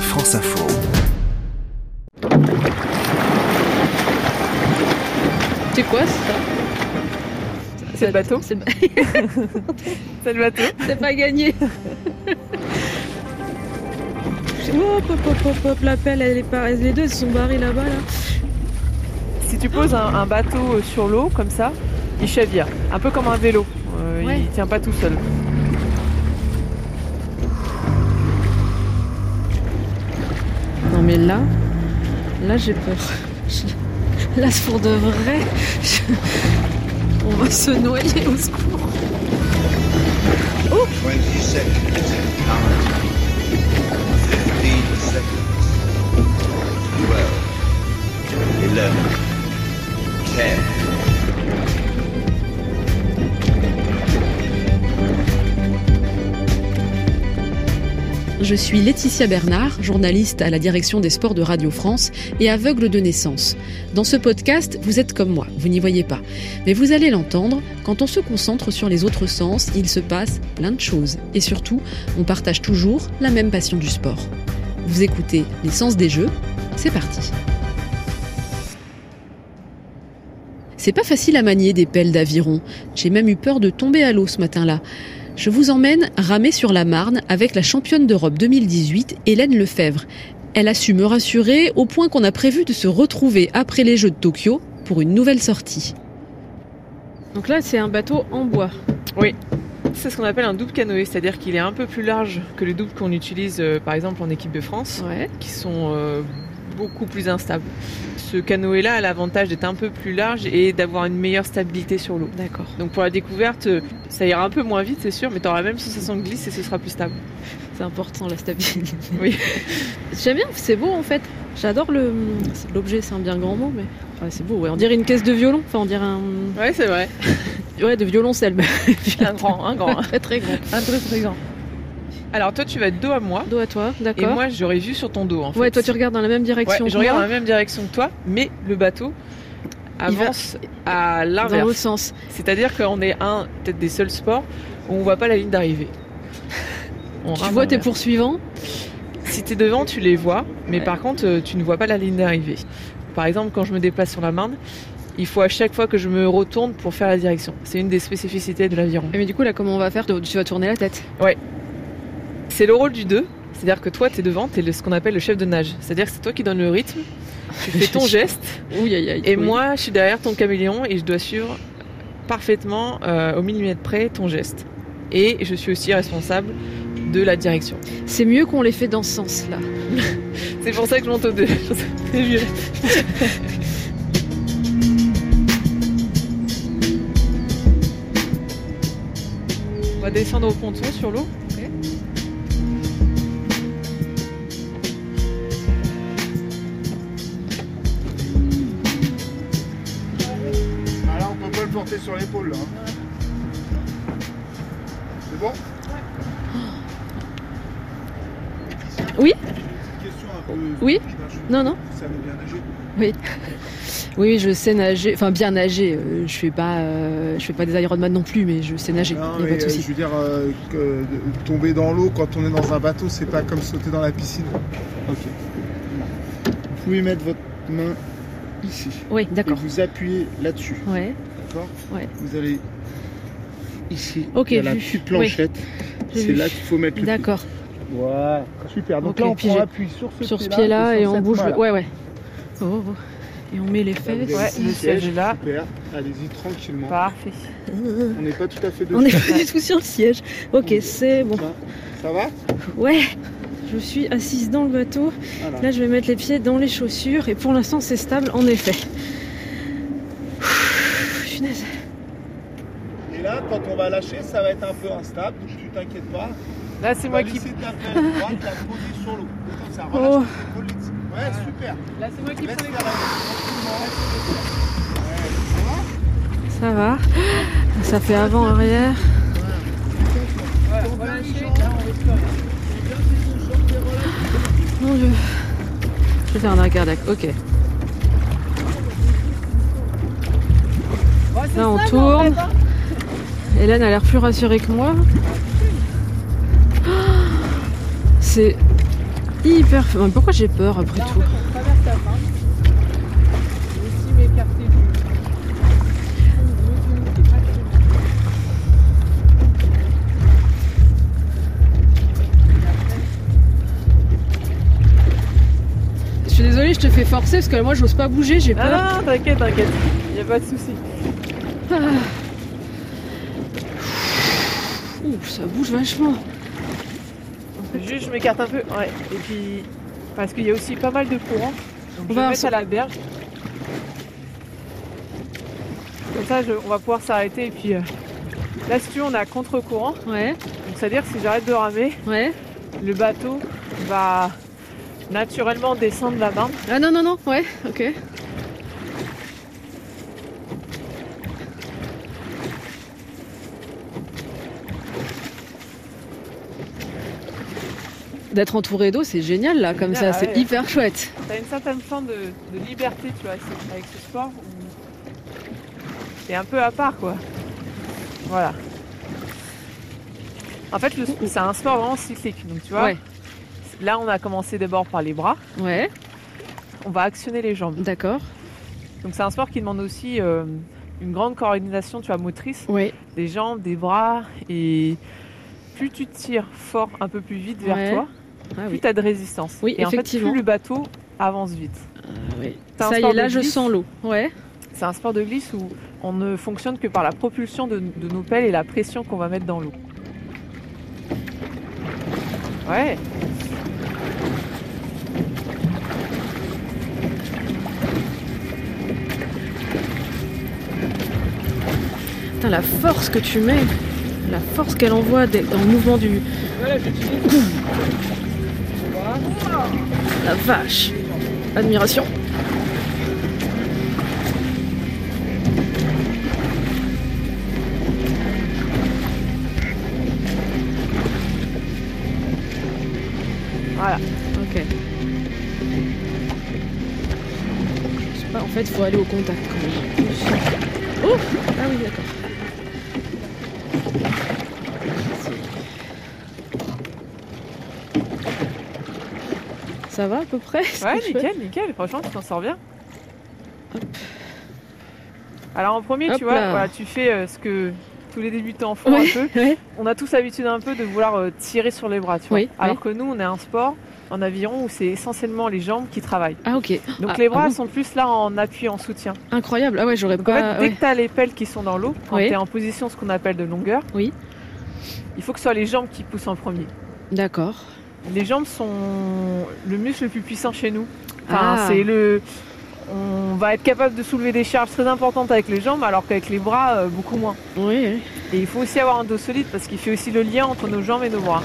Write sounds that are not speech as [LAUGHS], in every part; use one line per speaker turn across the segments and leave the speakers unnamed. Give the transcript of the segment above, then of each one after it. France Info.
C'est quoi ça
C'est le bateau.
C'est le-
[LAUGHS] C'est le bateau.
c'est pas [LAUGHS] gagné. Hop, hop, hop, hop, hop, la pelle, elle est pas... les deux, ils se sont barrés là-bas. Là.
Si tu poses un, un bateau euh, sur l'eau comme ça, il chavire. Un peu comme un vélo. Euh,
Ouais.
Il tient pas tout seul.
Non mais là, là j'ai peur. [LAUGHS] Je- Là c'est pour de vrai, [LAUGHS] Je- on va se noyer au secours.
Twenty seconds. Count. Fifteen seconds. Twelve. Eleven. Ten.
Je suis Laetitia Bernard, journaliste à la direction des sports de Radio France et aveugle de naissance. Dans ce podcast, vous êtes comme moi, vous n'y voyez pas. Mais vous allez l'entendre, quand on se concentre sur les autres sens, il se passe plein de choses. Et surtout, on partage toujours la même passion du sport. Vous écoutez Les Sens des Jeux, c'est parti. C'est pas facile à manier des pelles d'aviron. J'ai même eu peur de tomber à l'eau ce matin-là. Je vous emmène ramer sur la Marne avec la championne d'Europe 2018, Hélène Lefebvre. Elle a su me rassurer au point qu'on a prévu de se retrouver après les Jeux de Tokyo pour une nouvelle sortie.
Donc là c'est un bateau en bois.
C'est ce qu'on appelle un double canoë, c'est-à-dire qu'il est un peu plus large que le double qu'on utilise euh, par exemple en équipe de France.
Ouais.
qui sont euh, beaucoup plus instables. Ce canoë-là a l'avantage d'être un peu plus large et d'avoir une meilleure stabilité sur l'eau.
D'accord.
Donc pour la découverte, euh, ça ira un peu moins vite, c'est sûr, mais tu auras la même sensation de glisse et ce sera plus stable.
C'est important la [LAUGHS] stabilité.
Oui.
J'aime bien, c'est beau en fait. J'adore le c'est- l'objet, c'est un bien grand mot, mais enfin, c'est beau. Ouais. On dirait une caisse de violon. Enfin on dirait un
Ouais, c'est vrai.
ouais de violoncelle.
[LAUGHS]
mais
[LAUGHS] Un grand, un [LAUGHS] grand,
très très grand.
un très très grand. Alors toi, tu vas être dos à moi
Dos à toi,
et
d'accord.
moi, j'aurais vu sur ton dos en fait.
ouais, toi tu regardes dans la même
Ouais,
direction. que
je regarde dans
moi,
la même direction que toi, mais le bateau
Il va-
avance à
dans l'autre
l'inverse.
sens.
C'est-à-dire qu'on est un peut-être des seuls sports où on voit pas la ligne d'arrivée. On
Tu
rame
vois
en
tes
l'air.
poursuivants.
Si t'es devant, tu les vois, mais
Ouais.
par contre, euh, tu ne vois pas la ligne d'arrivée. Par exemple, quand je me déplace sur la Marne, il faut à chaque fois que je me retourne pour faire la direction. C'est une des spécificités de l'aviron.
Et Eh, mais du coup là comment on va faire Tu vas tourner la tête.
C'est le rôle du 2, c'est-à-dire que toi, t'es devant, t'es le- ce qu'on appelle le chef de nage. C'est-à-dire que c'est toi qui donne le rythme, tu
[LAUGHS]
fais ton geste,
Oui, aïe, aïe.
et
Oui.
moi, je suis derrière ton caméléon et je dois suivre parfaitement, euh, au millimètre près, ton geste. Et je suis aussi responsable de la direction.
C'est mieux qu'on les fait dans ce sens-là.
C'est pour ça que [LAUGHS] je monte au 2. C'est mieux. On va descendre au ponton sur l'eau.
Ah là, on peut pas le porter sur l'épaule, là. hein. C'est bon
Oui
Petite question un peu...
Oui
Nage.
Non, non.
Vous savez bien nager
[LAUGHS] Oui, je sais nager, enfin bien nager. euh, je fais pas, euh, je fais pas des Ironman non plus, mais je sais nager.
Non,
y a
mais,
pas de
euh,
souci.
je veux dire, euh, que, de- tomber dans l'eau quand on est dans un bateau, c'est pas comme sauter dans la piscine. Ok. Vous pouvez mettre votre main ici.
Oui,
Et
d'accord.
vous appuyez là-dessus,
Ouais.
d'accord
Ouais.
Vous allez ici,
Ok,
il y a la
vu.
petite planchette.
J'ai
C'est
vu.
là qu'il faut mettre le pied.
D'accord.
Voilà, super. Donc
Ok,
là, on
puis
prend
j'ai-
appui sur ce
Sur ce
pied-là
pied-là et
sur
on
cette
bouge. le-
main-là.
Ouais, ouais. Oh, oh, oh. Et on met les fesses.
Ouais, le siège
est là.
Super, allez-y tranquillement.
Parfait.
On n'est pas tout à fait
On
dessus.
n'est [LAUGHS] pas du tout sur le siège. Ok,
Oui.
c'est bon.
Ça va
Ouais. Je suis assise dans le bateau.
Voilà.
Là, je vais mettre les pieds dans les chaussures et pour l'instant, c'est stable en effet. Je suis naze.
Et là, quand on va lâcher, ça va être un peu instable, donc tu t'inquiètes pas.
Là, c'est
On
moi
va
qui. [LAUGHS]
laisser ta pelle droite, la poser sur l'eau. Comme ça, relâche
Oh.
tes épaules, laisse- Ouais, super.
Là, c'est moi qui
Laisse
prends les
faire la tranquillement. Ouais,
Ça va. Ça fait avant, arrière.
commandes. On va lâcher.
Mon dieu. Je vais faire un arrêt cardiaque. Ok. Là, on tourne. Hélène a l'air plus rassurée que moi. Ah, [GASPS] C'est hyper. Mais Pourquoi j'ai peur après tout
on traverse la main. Je vais aussi m'écarter du. du- du- du- pas du-
Je suis désolée, je te fais forcer parce que moi j'ose pas bouger, j'ai peur.
Ah non, t'inquiète, t'inquiète. Il a pas de souci.
Ouh, ça bouge vachement.
Juste, je m'écarte un peu. Ouais. Et puis, parce qu'il y a aussi pas mal de courant. Donc,
va
je vais
en
mettre
sor-
à la berge. Comme ça, je- on va pouvoir s'arrêter. Et puis, euh, là, si tu veux, on a contre-courant.
Ouais,
Donc, c'est-à-dire que si j'arrête de ramer,
ouais.
le bateau va naturellement descendre la barre.
Ah non, non, non, ouais, ok. D'être entouré d'eau, c'est génial là, comme ça,
Génial,
c'est
ouais.
hyper chouette.
T'as une certaine forme de, de liberté, tu vois, c'est- avec ce sport. Où... T'es un peu à part, quoi. Voilà. En fait, le- c'est un sport vraiment cyclique. Donc, tu vois,
Ouais.
là, on a commencé d'abord par les bras.
Ouais,
On va actionner les jambes.
d'accord.
Donc, c'est un sport qui demande aussi euh, une grande coordination, tu vois, motrice.
Ouais,
des jambes, des bras et plus tu tires fort un peu plus vite vers
Ouais.
toi,
ah
plus
oui.
tu as de résistance.
Oui,
et en fait,
effectivement.
plus le bateau avance vite.
Ah oui.
T'as un
Ça y
sport
est,
de
là, je
glisse.
sens l'eau. Ouais,
C'est un sport de glisse où on ne fonctionne que par la propulsion de, de nos pelles et la pression qu'on va mettre dans l'eau. Ouais.
putain, la force que tu mets, la force qu'elle envoie dès- dans le mouvement du. [COUGHS] La vache, admiration.
Voilà.
Ok. Je sais pas, en fait, faut aller au contact quand même. Oh Ah oui, d'accord. Ça va à peu près [LAUGHS] ce
Ouais,
que je fais
nickel, nickel. Franchement, tu t'en sors bien. Alors en premier,
Hop
tu vois,
là.
voilà, tu fais euh, ce que tous les débutants font
Ouais,
un peu.
ouais.
On a tous l'habitude un peu de vouloir euh, tirer sur les bras, tu vois.
Oui,
Alors que nous, on est un sport en aviron où c'est essentiellement les jambes qui travaillent.
Ah ok.
Donc
Ah,
les
ah
bras
bon
sont plus là en appui, en soutien.
Incroyable. Ah ouais, j'aurais
Donc en
pas.
fait, dès
ouais.
que tu as les pelles qui sont dans l'eau, quand
Oui.
tu es en position ce qu'on appelle de longueur,
Oui.
il faut que ce soit les jambes qui poussent en premier.
D'accord.
Les jambes sont le muscle le plus puissant chez nous. Enfin,
Ah.
c'est le. On va être capable de soulever des charges très importantes avec les jambes, alors qu'avec les bras, euh, beaucoup moins.
Oui, oui.
Et il faut aussi avoir un dos solide parce qu'il fait aussi le lien entre nos jambes et nos bras.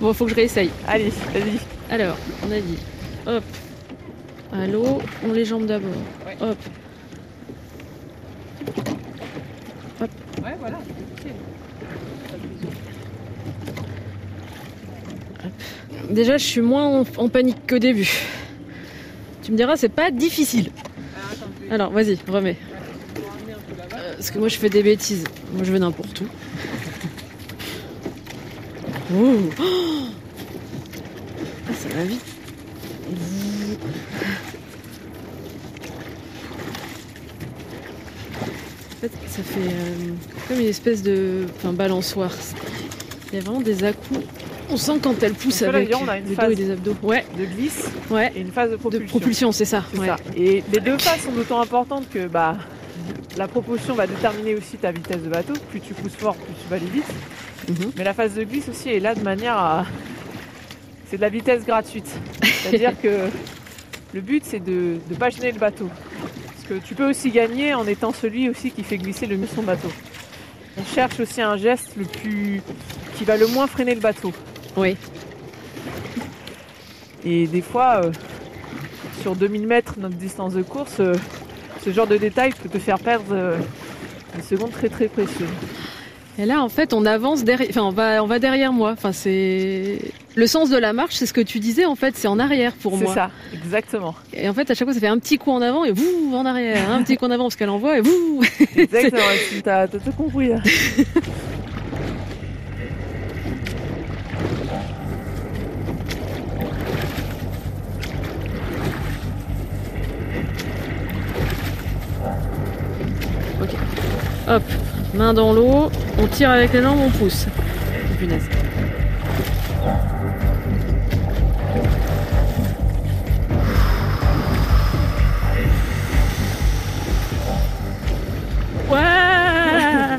Bon, faut que je réessaye.
Allez, vas-y.
Alors, on a dit, hop, à l'eau, on les jambes d'abord. Hop. Hop. Hop. Déjà, je suis moins en, en panique qu'au début. Tu me diras, c'est pas difficile. Alors, vas-y, remets. Euh, parce que moi, je fais des bêtises. Moi, je vais n'importe où. Ouh. Ah, ça va vite. En fait, ça fait euh, comme une espèce de enfin, balançoire. Il y a vraiment des à On sent quand elle pousse
Donc là,
avec
d'ailleurs, on a une
le dos
phase.
et des abdos. Ouais,
De glisse
ouais.
et une phase de
De
propulsion.
propulsion, c'est ça.
C'est
ouais.
ça. Et les deux phases sont d'autant importantes que bah, la propulsion va déterminer aussi ta vitesse de bateau. Plus tu pousses fort, plus tu vas aller vite.
Mhm.
Mais la phase de glisse aussi est là de manière à. C'est de la
[LAUGHS]
vitesse gratuite. C'est-à-dire que le but, c'est de ne pas gêner le bateau. Parce que tu peux aussi gagner en étant celui aussi qui fait glisser le mieux son bateau. On cherche aussi un geste le plus. qui va le moins freiner le bateau.
Oui.
Et des fois, euh, sur 2000 mètres, notre distance de course, euh, ce genre de détail peut te faire perdre euh, une seconde très très précieuse.
Et là, en fait, on avance derrière. Enfin, on va, on va derrière moi. Enfin, c'est le sens de la marche, c'est ce que tu disais. En fait, c'est en arrière pour
C'est
moi.
ça, exactement.
Et en fait, à chaque fois, ça fait un petit coup en avant et vous en arrière, un petit coup en avant parce qu'elle envoie et vous.
Exactement, tu t'as t'as tout compris hein. là.
[LAUGHS] Hop, main dans l'eau, on tire avec les jambes, on pousse. Oh, punaise. Ouah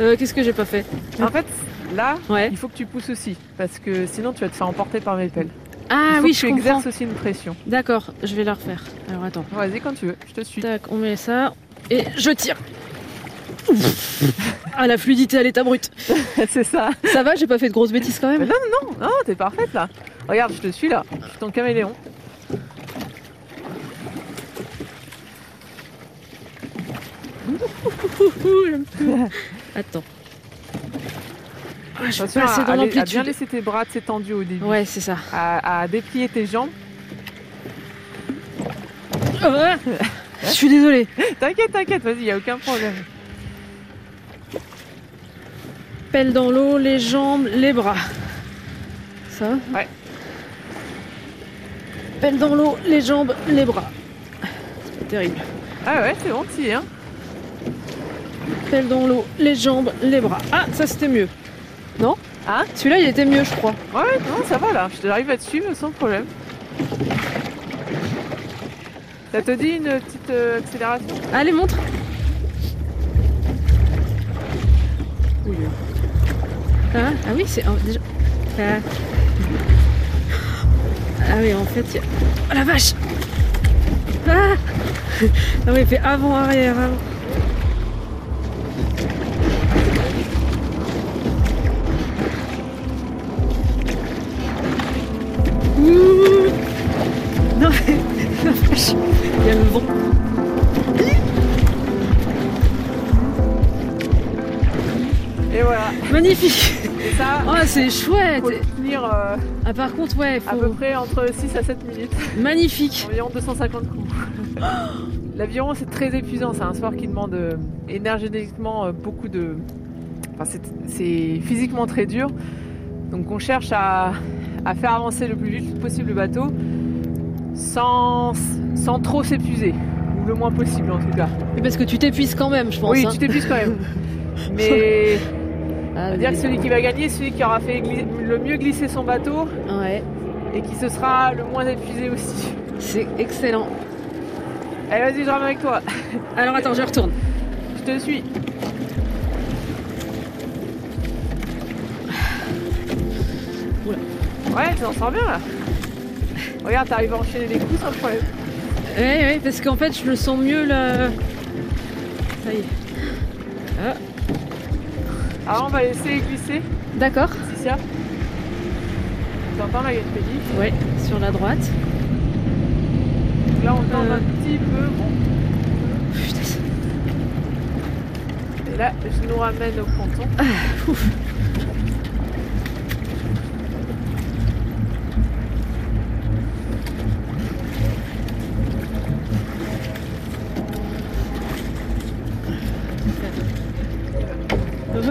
Euh, Qu'est-ce que j'ai pas fait
En fait, là,
Ouais.
il faut que tu pousses aussi, parce que sinon tu vas te faire emporter par mes pelles. Il
Ah
faut
oui,
que
je
tu
comprends.
exerces aussi une pression.
D'accord, je vais la refaire. Alors attends.
Vas-y quand tu veux, je te
[LAUGHS]
suis.
Tac, on met ça et je tire. Ah la fluidité à l'état brut.
C'est ça.
Ça va, j'ai pas fait de grosses bêtises
Bah
quand même.
Non, non, t'es parfaite là. Regarde, je te suis là. Je suis ton caméléon.
Ouh, j'aime
[LAUGHS]
plus. Attends. Ah, je vais
Attention à,
passer dans
à la- à bien
l'amplitude.
laisser tes bras s'étendre au début.
Ouais, c'est ça.
À, à déplier tes jambes.
Ah [LAUGHS] je suis désolée.
T'inquiète, t'inquiète, vas-y, y a aucun problème.
Pelle dans l'eau, les jambes, les bras. Ça va
Ouais.
Pelle dans l'eau, les jambes, les bras. C'est pas terrible.
Ah ouais, c'est bon, t'y es, hein.
Pelle dans l'eau, les jambes, les bras. Ah, ça c'était mieux. Non
Hein
Celui-là il était mieux, je crois.
Ouais, ouais, non, ça va là. Je t'arrive à te suivre sans problème. Ça te dit une petite euh, accélération
Allez, montre. Ah, ah oui, c'est. oh, déjà... ah. Ah oui, en fait, il y a... Oh la vache Ah [LAUGHS] Ah oui, il fait avant-arrière. avant. Ouh. Non mais, [LAUGHS] la vache, il y a le vent.
Et voilà.
Magnifique
Et ça,
Oh, c'est chouette
faut le tenir euh,
Ah, par contre, ouais,
à peu
faut...
près entre 6 à 7 minutes.
Magnifique
Environ 250 coups. [GASPS] L'aviron, c'est très épuisant. C'est un sport qui demande euh, énergétiquement euh, beaucoup de. Enfin, c'est- c'est physiquement très dur. Donc, on cherche à, à faire avancer le plus vite possible le bateau sans, sans trop s'épuiser. Ou le moins possible, en tout cas.
Mais Parce que tu t'épuises quand même, je pense.
oui,
hein.
tu t'épuises
[LAUGHS]
quand même. Mais
Ah,
on va dire
oui.
que celui qui va gagner, celui qui aura fait gli- le mieux glisser son bateau
Ouais,
et qui se sera le moins épuisé aussi.
c'est excellent.
Allez, vas-y, je ramène avec toi.
Alors, attends, je retourne.
Je te suis.
Oula.
Ouais, tu en sors bien là. Regarde, t'arrives à enchaîner les coups sans problème.
Ouais, ouais, parce qu'en fait, je le sens mieux, là... Ça y est.
Alors on va laisser glisser,
D'accord.
Ticia. T'entends la gueule pédie
Ouais, sur la droite.
Là on tente
Euh.
un petit peu. Bon.
Putain, ça-
Et là, je nous ramène au ponton.
Ah,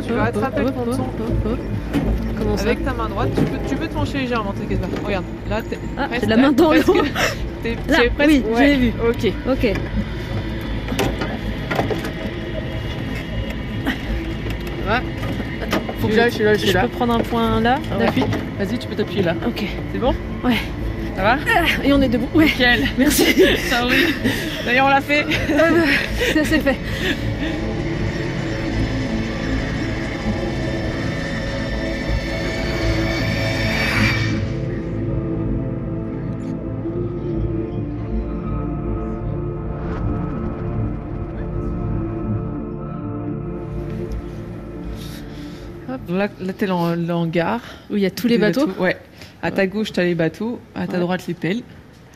Tu vas attraper le ponton.
Comment ça
Avec ta main droite, tu peux, tu peux te pencher légèrement, t'inquiète pas. Regarde, là t'es
Ah, j'ai
presque-
la main dans l'eau.
presque- [LAUGHS] T'es
Là,
t'es presque.
oui, je
ouais.
l'ai vu.
Ok.
Ok. Faut que
Je suis là, je suis là, je suis là.
peux prendre un point là,
Ah ouais.
d'appui.
Vas-y, tu peux t'appuyer là.
Ok.
C'est bon
Ouais.
Ça va
Et on est debout. Ouais,
Nickel. [LAUGHS]
merci.
Ça oui. D'ailleurs, on l'a fait.
Euh, ça c'est fait.
Là, là t'es dans dans le hangar.
Où il y a tous les
Des
bateaux.
Ouais. À ta gauche, t'as les bateaux. À ta
Ouais.
droite, les pelles.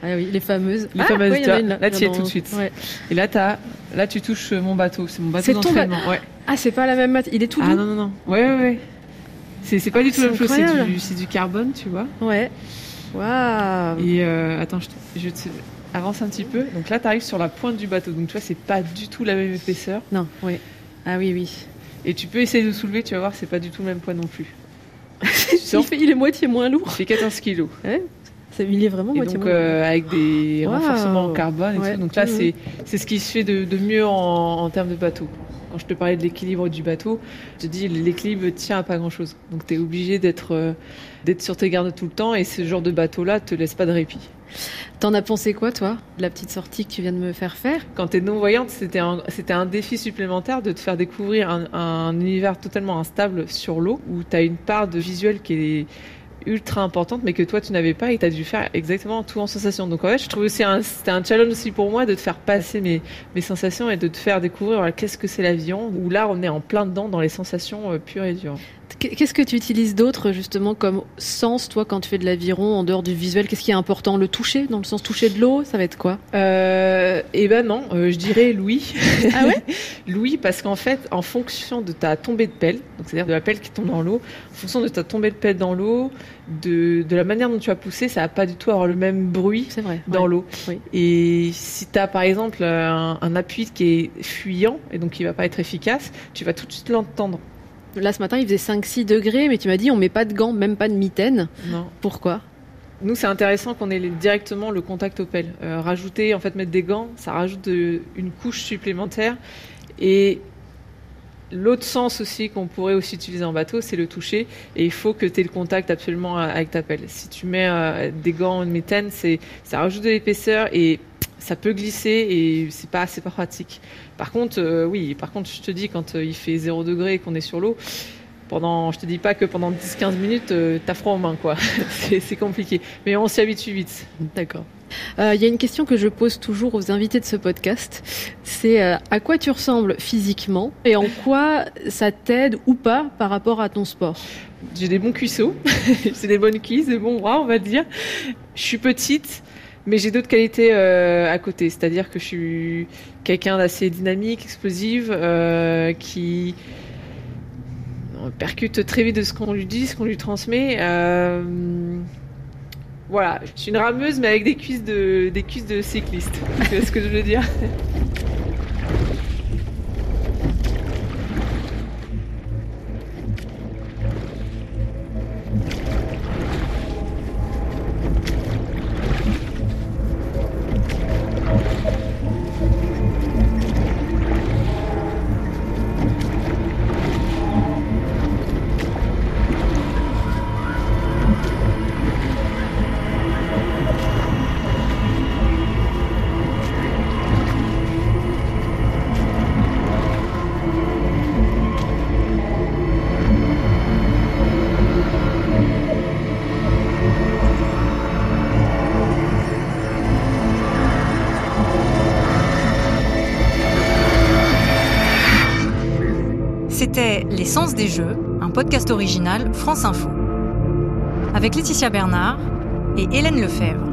Ah oui, les fameuses.
Les
ah,
fameuses,
ouais, il y
tu
en a
vois.
une,
Là, tu y es
dans-
tout de suite.
ouais.
Et là, t'as. Là, tu touches euh, mon bateau. C'est mon bateau
C'est ton
d'entraînement. Ouais.
Ah, c'est pas la même mat. Il est tout
Ah
doux.
non, non, non. Ouais, ouais, ouais. C'est c'est pas du tout
Ah, c'est
la même chose. C'est
incroyable.
du, c'est du carbone, tu vois.
Ouais. Waouh.
Et euh, attends, je, te- je te- avance un petit peu. Donc là, t'arrives sur la pointe du bateau. Donc tu vois, c'est pas du tout la même épaisseur.
Non, oui. Ah oui, oui.
Et tu peux essayer de soulever, tu vas voir,
[LAUGHS]
c'est pas du tout le même poids non plus.
il,
sens
[LAUGHS] fait- il est moitié moins
Il
lourd.
fait 14 kilos.
C'est il est vraiment
Et
moitié
donc
moulin.
euh, avec des
Waouh.
renforcements en carbone et
Ouais.
tout. Donc là,
Mhm.
c'est c'est ce qui se fait de, de mieux en, en termes de bateau. Quand je te parlais de l'équilibre du bateau, je te dis l'équilibre tient à pas grand chose. Donc tu es obligé d'être euh, d'être sur tes gardes tout le temps et ce genre de bateau-là te laisse pas de répit.
T'en as pensé quoi, toi, de la petite sortie que tu viens de me faire faire
Quand tu es non-voyante, c'était un, c'était un défi supplémentaire de te faire découvrir un, un univers totalement instable sur l'eau où tu as une part de visuel qui est ultra importante mais que toi tu n'avais pas et tu as dû faire exactement tout en sensation. Donc en fait, je trouvais aussi un, c'était un challenge aussi pour moi de te faire passer mes, mes sensations et de te faire découvrir voilà, qu'est-ce que c'est l'avion où là on est en plein dedans dans les sensations euh, pures et dures.
Qu- Qu'est-ce que tu utilises d'autre, justement, comme sens, toi, quand tu fais de l'aviron, en dehors du visuel Qu'est-ce qui est important Le toucher, dans le sens toucher de l'eau, ça va être quoi
Euh, eh ben non, euh, je dirais Louis.
Ah
ouais [LAUGHS] Louis, parce qu'en fait, en fonction de ta tombée de pelle, donc c'est-à-dire de la pelle qui tombe dans l'eau, en fonction de ta tombée de pelle dans l'eau, de, de la manière dont tu as poussé, ça va pas du tout avoir le même bruit
C'est vrai.
dans
ouais.
l'eau.
Oui.
Et si tu as par exemple un, un appui qui est fuyant et donc qui va pas être efficace, tu vas tout de suite l'entendre.
Là, ce matin, il faisait 5-6 degrés, mais tu m'as dit, on met pas de gants, même pas de mitaines.
Non.
Pourquoi
Nous, c'est intéressant qu'on ait les- directement le contact au pelle. Euh, rajouter, en fait, mettre des gants, ça rajoute de- une couche supplémentaire. Et l'autre sens aussi qu'on pourrait aussi utiliser en bateau, c'est le toucher. Et il faut que tu aies le contact absolument a- avec ta pelle. Si tu mets euh, des gants, une méthane, c'est, ça rajoute de l'épaisseur et ça peut glisser et c'est pas, c'est pas pratique. Par contre, euh, oui, par contre, je te dis, quand euh, il fait 0 degré et qu'on est sur l'eau, pendant, je te dis pas que pendant 10-15 minutes, euh, t'as froid aux mains, quoi. [LAUGHS] c'est, c'est compliqué. Mais on s'y habitue vite.
D'accord. Euh, Il y a une question que je pose toujours aux invités de ce podcast. C'est euh, à quoi tu ressembles physiquement et en quoi ça t'aide ou pas par rapport à ton sport
J'ai des bons cuisseaux, [LAUGHS] j'ai des bonnes cuisses, des bons bras, on va dire. Je suis petite, mais j'ai d'autres qualités euh, à côté. C'est-à-dire que je suis quelqu'un d'assez dynamique, explosive, euh, qui on percute très vite de ce qu'on lui dit, ce qu'on lui transmet. Euh, Voilà, je suis une rameuse, mais avec des cuisses de, des cuisses de cycliste. C'est ce que je veux dire.
C'était L'essence des jeux, un podcast original France Info. Avec Laetitia Bernard et Hélène Lefebvre.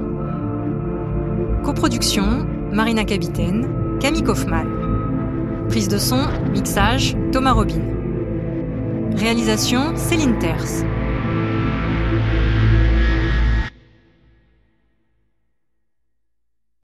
Coproduction, Marina Capitaine, Camille Kaufmann. Prise de son, mixage, Thomas Robin. Réalisation, Céline Terce.